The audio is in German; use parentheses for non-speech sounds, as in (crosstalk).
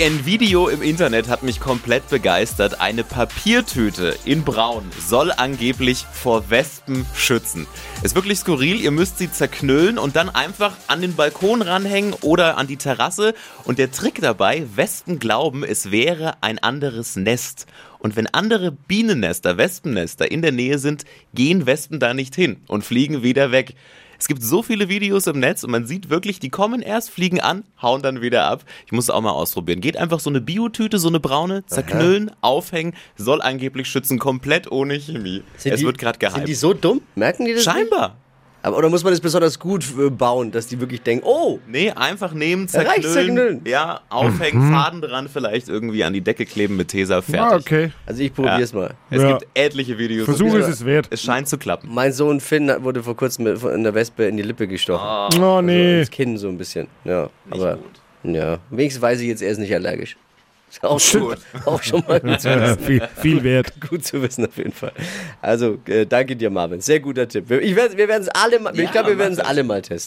Ein Video im Internet hat mich komplett begeistert. Eine Papiertüte in Braun soll angeblich vor Wespen schützen. Ist wirklich skurril. Ihr müsst sie zerknüllen und dann einfach an den Balkon ranhängen oder an die Terrasse. Und der Trick dabei, Wespen glauben, es wäre ein anderes Nest. Und wenn andere Bienennester, Wespennester in der Nähe sind, gehen Wespen da nicht hin und fliegen wieder weg. Es gibt so viele Videos im Netz und man sieht wirklich, die kommen erst, fliegen an, hauen dann wieder ab. Ich muss es auch mal ausprobieren. Geht einfach so eine Biotüte, so eine braune, zerknüllen, aufhängen, soll angeblich schützen, komplett ohne Chemie. es die- wird gerade Sind die gehypt. so dumm? Merken die das? Nicht? Scheinbar. Aber, oder muss man das besonders gut äh, bauen, dass die wirklich denken, oh, Nee, einfach nehmen, Reicht, zerknüllen, zerknüllen. ja, aufhängen, Mhm. Faden dran vielleicht irgendwie an die Decke kleben mit Tesa, fertig. Ah, okay. also ich probier's mal. Es Ja. gibt etliche Videos. Versuch ist es wert. Es scheint zu klappen. Mein Sohn Finn hat- wurde vor kurzem mit, von einer Wespe in die Lippe gestochen. Oh, nee. Ins Kinn so ein bisschen. Ja, aber Ah. gut. ja, wenigstens weiß ich jetzt, er ist nicht allergisch. Ist auch schon, mal, auch schon mal (laughs) gut zu, (laughs) Äh, viel, viel wert. gut zu wissen auf jeden Fall. Also äh, danke dir, Marvin. Sehr guter Tipp. Wir, ich werd, wir werden es alle, mal, ich glaube, wir werden es alle mal testen.